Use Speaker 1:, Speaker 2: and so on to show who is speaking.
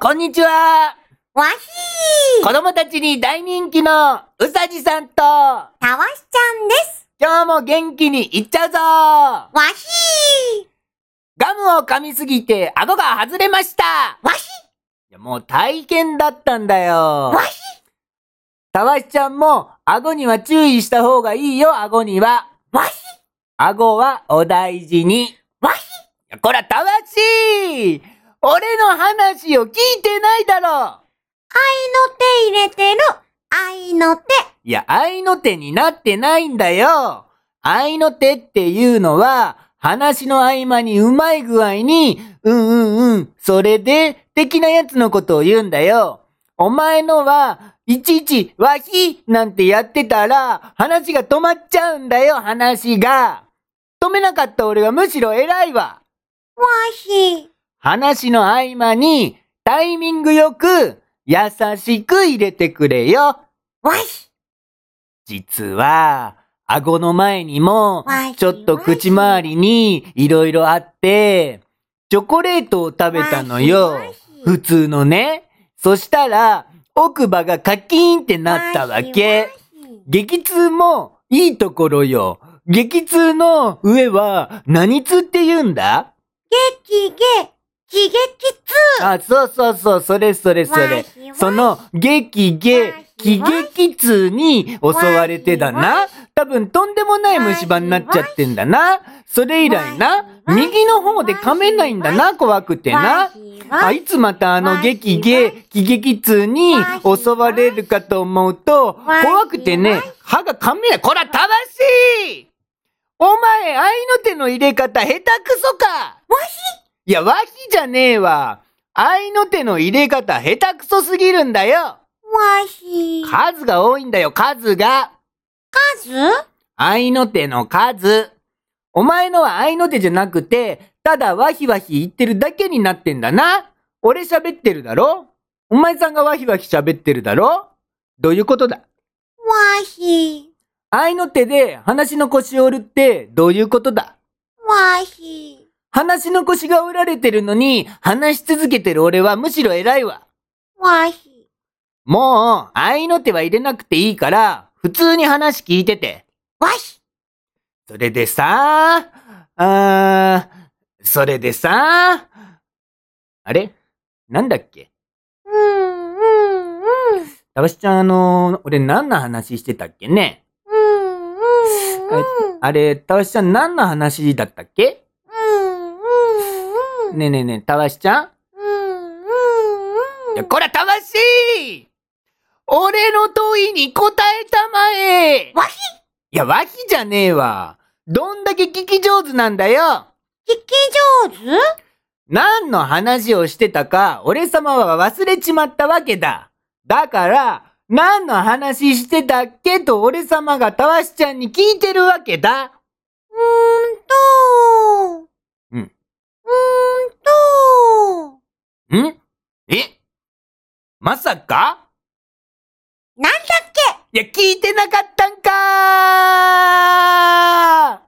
Speaker 1: こんにちは
Speaker 2: わひー
Speaker 1: 子供たちに大人気のうさじさんと、
Speaker 2: たわしちゃんです
Speaker 1: 今日も元気にいっちゃうぞ
Speaker 2: わひ
Speaker 1: ガムを噛みすぎて顎が外れました
Speaker 2: ーわひ
Speaker 1: いやもう大変だったんだ
Speaker 2: ー
Speaker 1: よ
Speaker 2: わ。ひ
Speaker 1: たわしちゃんも、顎には注意した方がいいよ、顎には。
Speaker 2: ーわひ
Speaker 1: 顎はお大事に。
Speaker 2: わひ
Speaker 1: いやこら、たわし俺の話を聞いてないだろ
Speaker 2: 愛の手入れてる愛の手
Speaker 1: いや、愛の手になってないんだよ愛の手っていうのは、話の合間にうまい具合に、うんうんうん、それで、的なやつのことを言うんだよ。お前のは、いちいち、わひなんてやってたら、話が止まっちゃうんだよ、話が。止めなかった俺がむしろ偉いわ。
Speaker 2: わひー
Speaker 1: 話の合間にタイミングよく優しく入れてくれよ。
Speaker 2: わひ
Speaker 1: 実は、顎の前にも
Speaker 2: わい、
Speaker 1: ちょっと口周りにいろいろあって、チョコレートを食べたのよ
Speaker 2: わいわい。
Speaker 1: 普通のね。そしたら、奥歯がカキーンってなったわけ。激痛もいいところよ。激痛の上は何痛って言うんだ
Speaker 2: 激げ喜劇痛
Speaker 1: あ、そうそうそう、それそれそ
Speaker 2: わ
Speaker 1: れ
Speaker 2: し。わし
Speaker 1: その、激
Speaker 2: わ
Speaker 1: 下、喜
Speaker 2: しわし
Speaker 1: 劇痛に襲われてだ
Speaker 2: わ
Speaker 1: な。多分、とんでもない虫歯になっちゃってんだな。それ以来
Speaker 2: わし
Speaker 1: な、
Speaker 2: わし
Speaker 1: 右の方で噛めないんだ
Speaker 2: わ
Speaker 1: な、怖くてな
Speaker 2: わ。ひー
Speaker 1: あ
Speaker 2: わ
Speaker 1: いつまたあの
Speaker 2: わし
Speaker 1: 激下、喜劇痛に
Speaker 2: わし
Speaker 1: 襲われるかと思うと、
Speaker 2: わし
Speaker 1: 怖くてね
Speaker 2: わし、
Speaker 1: 歯が噛めない。こら、正しいお前、愛の手の入れ方、下手くそか
Speaker 2: わひ
Speaker 1: いや、わひじゃねえわ。愛の手の入れ方、下手くそすぎるんだよ。
Speaker 2: わひー
Speaker 1: 数が多いんだよ、数が。
Speaker 2: 数わ
Speaker 1: 愛の手の数。お前のは愛の手じゃなくて、ただわひわひ言ってるだけになってんだな。俺喋ってるだろお前さんがわひわひ喋ってるだろどういうことだ
Speaker 2: ひ
Speaker 1: 愛の手で話の腰折るってどういうことだ
Speaker 2: ーわひー
Speaker 1: 話の腰が折られてるのに話し続けてる俺はむしろ偉いわ。
Speaker 2: わひ
Speaker 1: もう、愛の手は入れなくていいから、普通に話聞いてて。
Speaker 2: ーわひ
Speaker 1: それでさ、あー、それでさ、あれなんだっけ
Speaker 2: うんうんうん
Speaker 1: たわしちゃん、あの俺何の話してたっけね
Speaker 2: うんうんうん
Speaker 1: あれ、たわしちゃん何の話だったっけ
Speaker 2: うんうんうん
Speaker 1: ねえねえねえ、たわしちゃん
Speaker 2: うん
Speaker 1: い
Speaker 2: うんう
Speaker 1: や、
Speaker 2: ん
Speaker 1: こら、たわしい俺の問いに答えたまえ
Speaker 2: わひ
Speaker 1: いや、わひじゃねえわ。どんだけ聞き上手なんだよ
Speaker 2: 聞き上手
Speaker 1: 何の話をしてたか、俺様は忘れちまったわけだ。だから、何の話してたっけと俺様がたわしちゃんに聞いてるわけだ。
Speaker 2: うーんと
Speaker 1: うん
Speaker 2: うーんと
Speaker 1: んえまさか
Speaker 2: なんだっけ
Speaker 1: いや、聞いてなかったんかー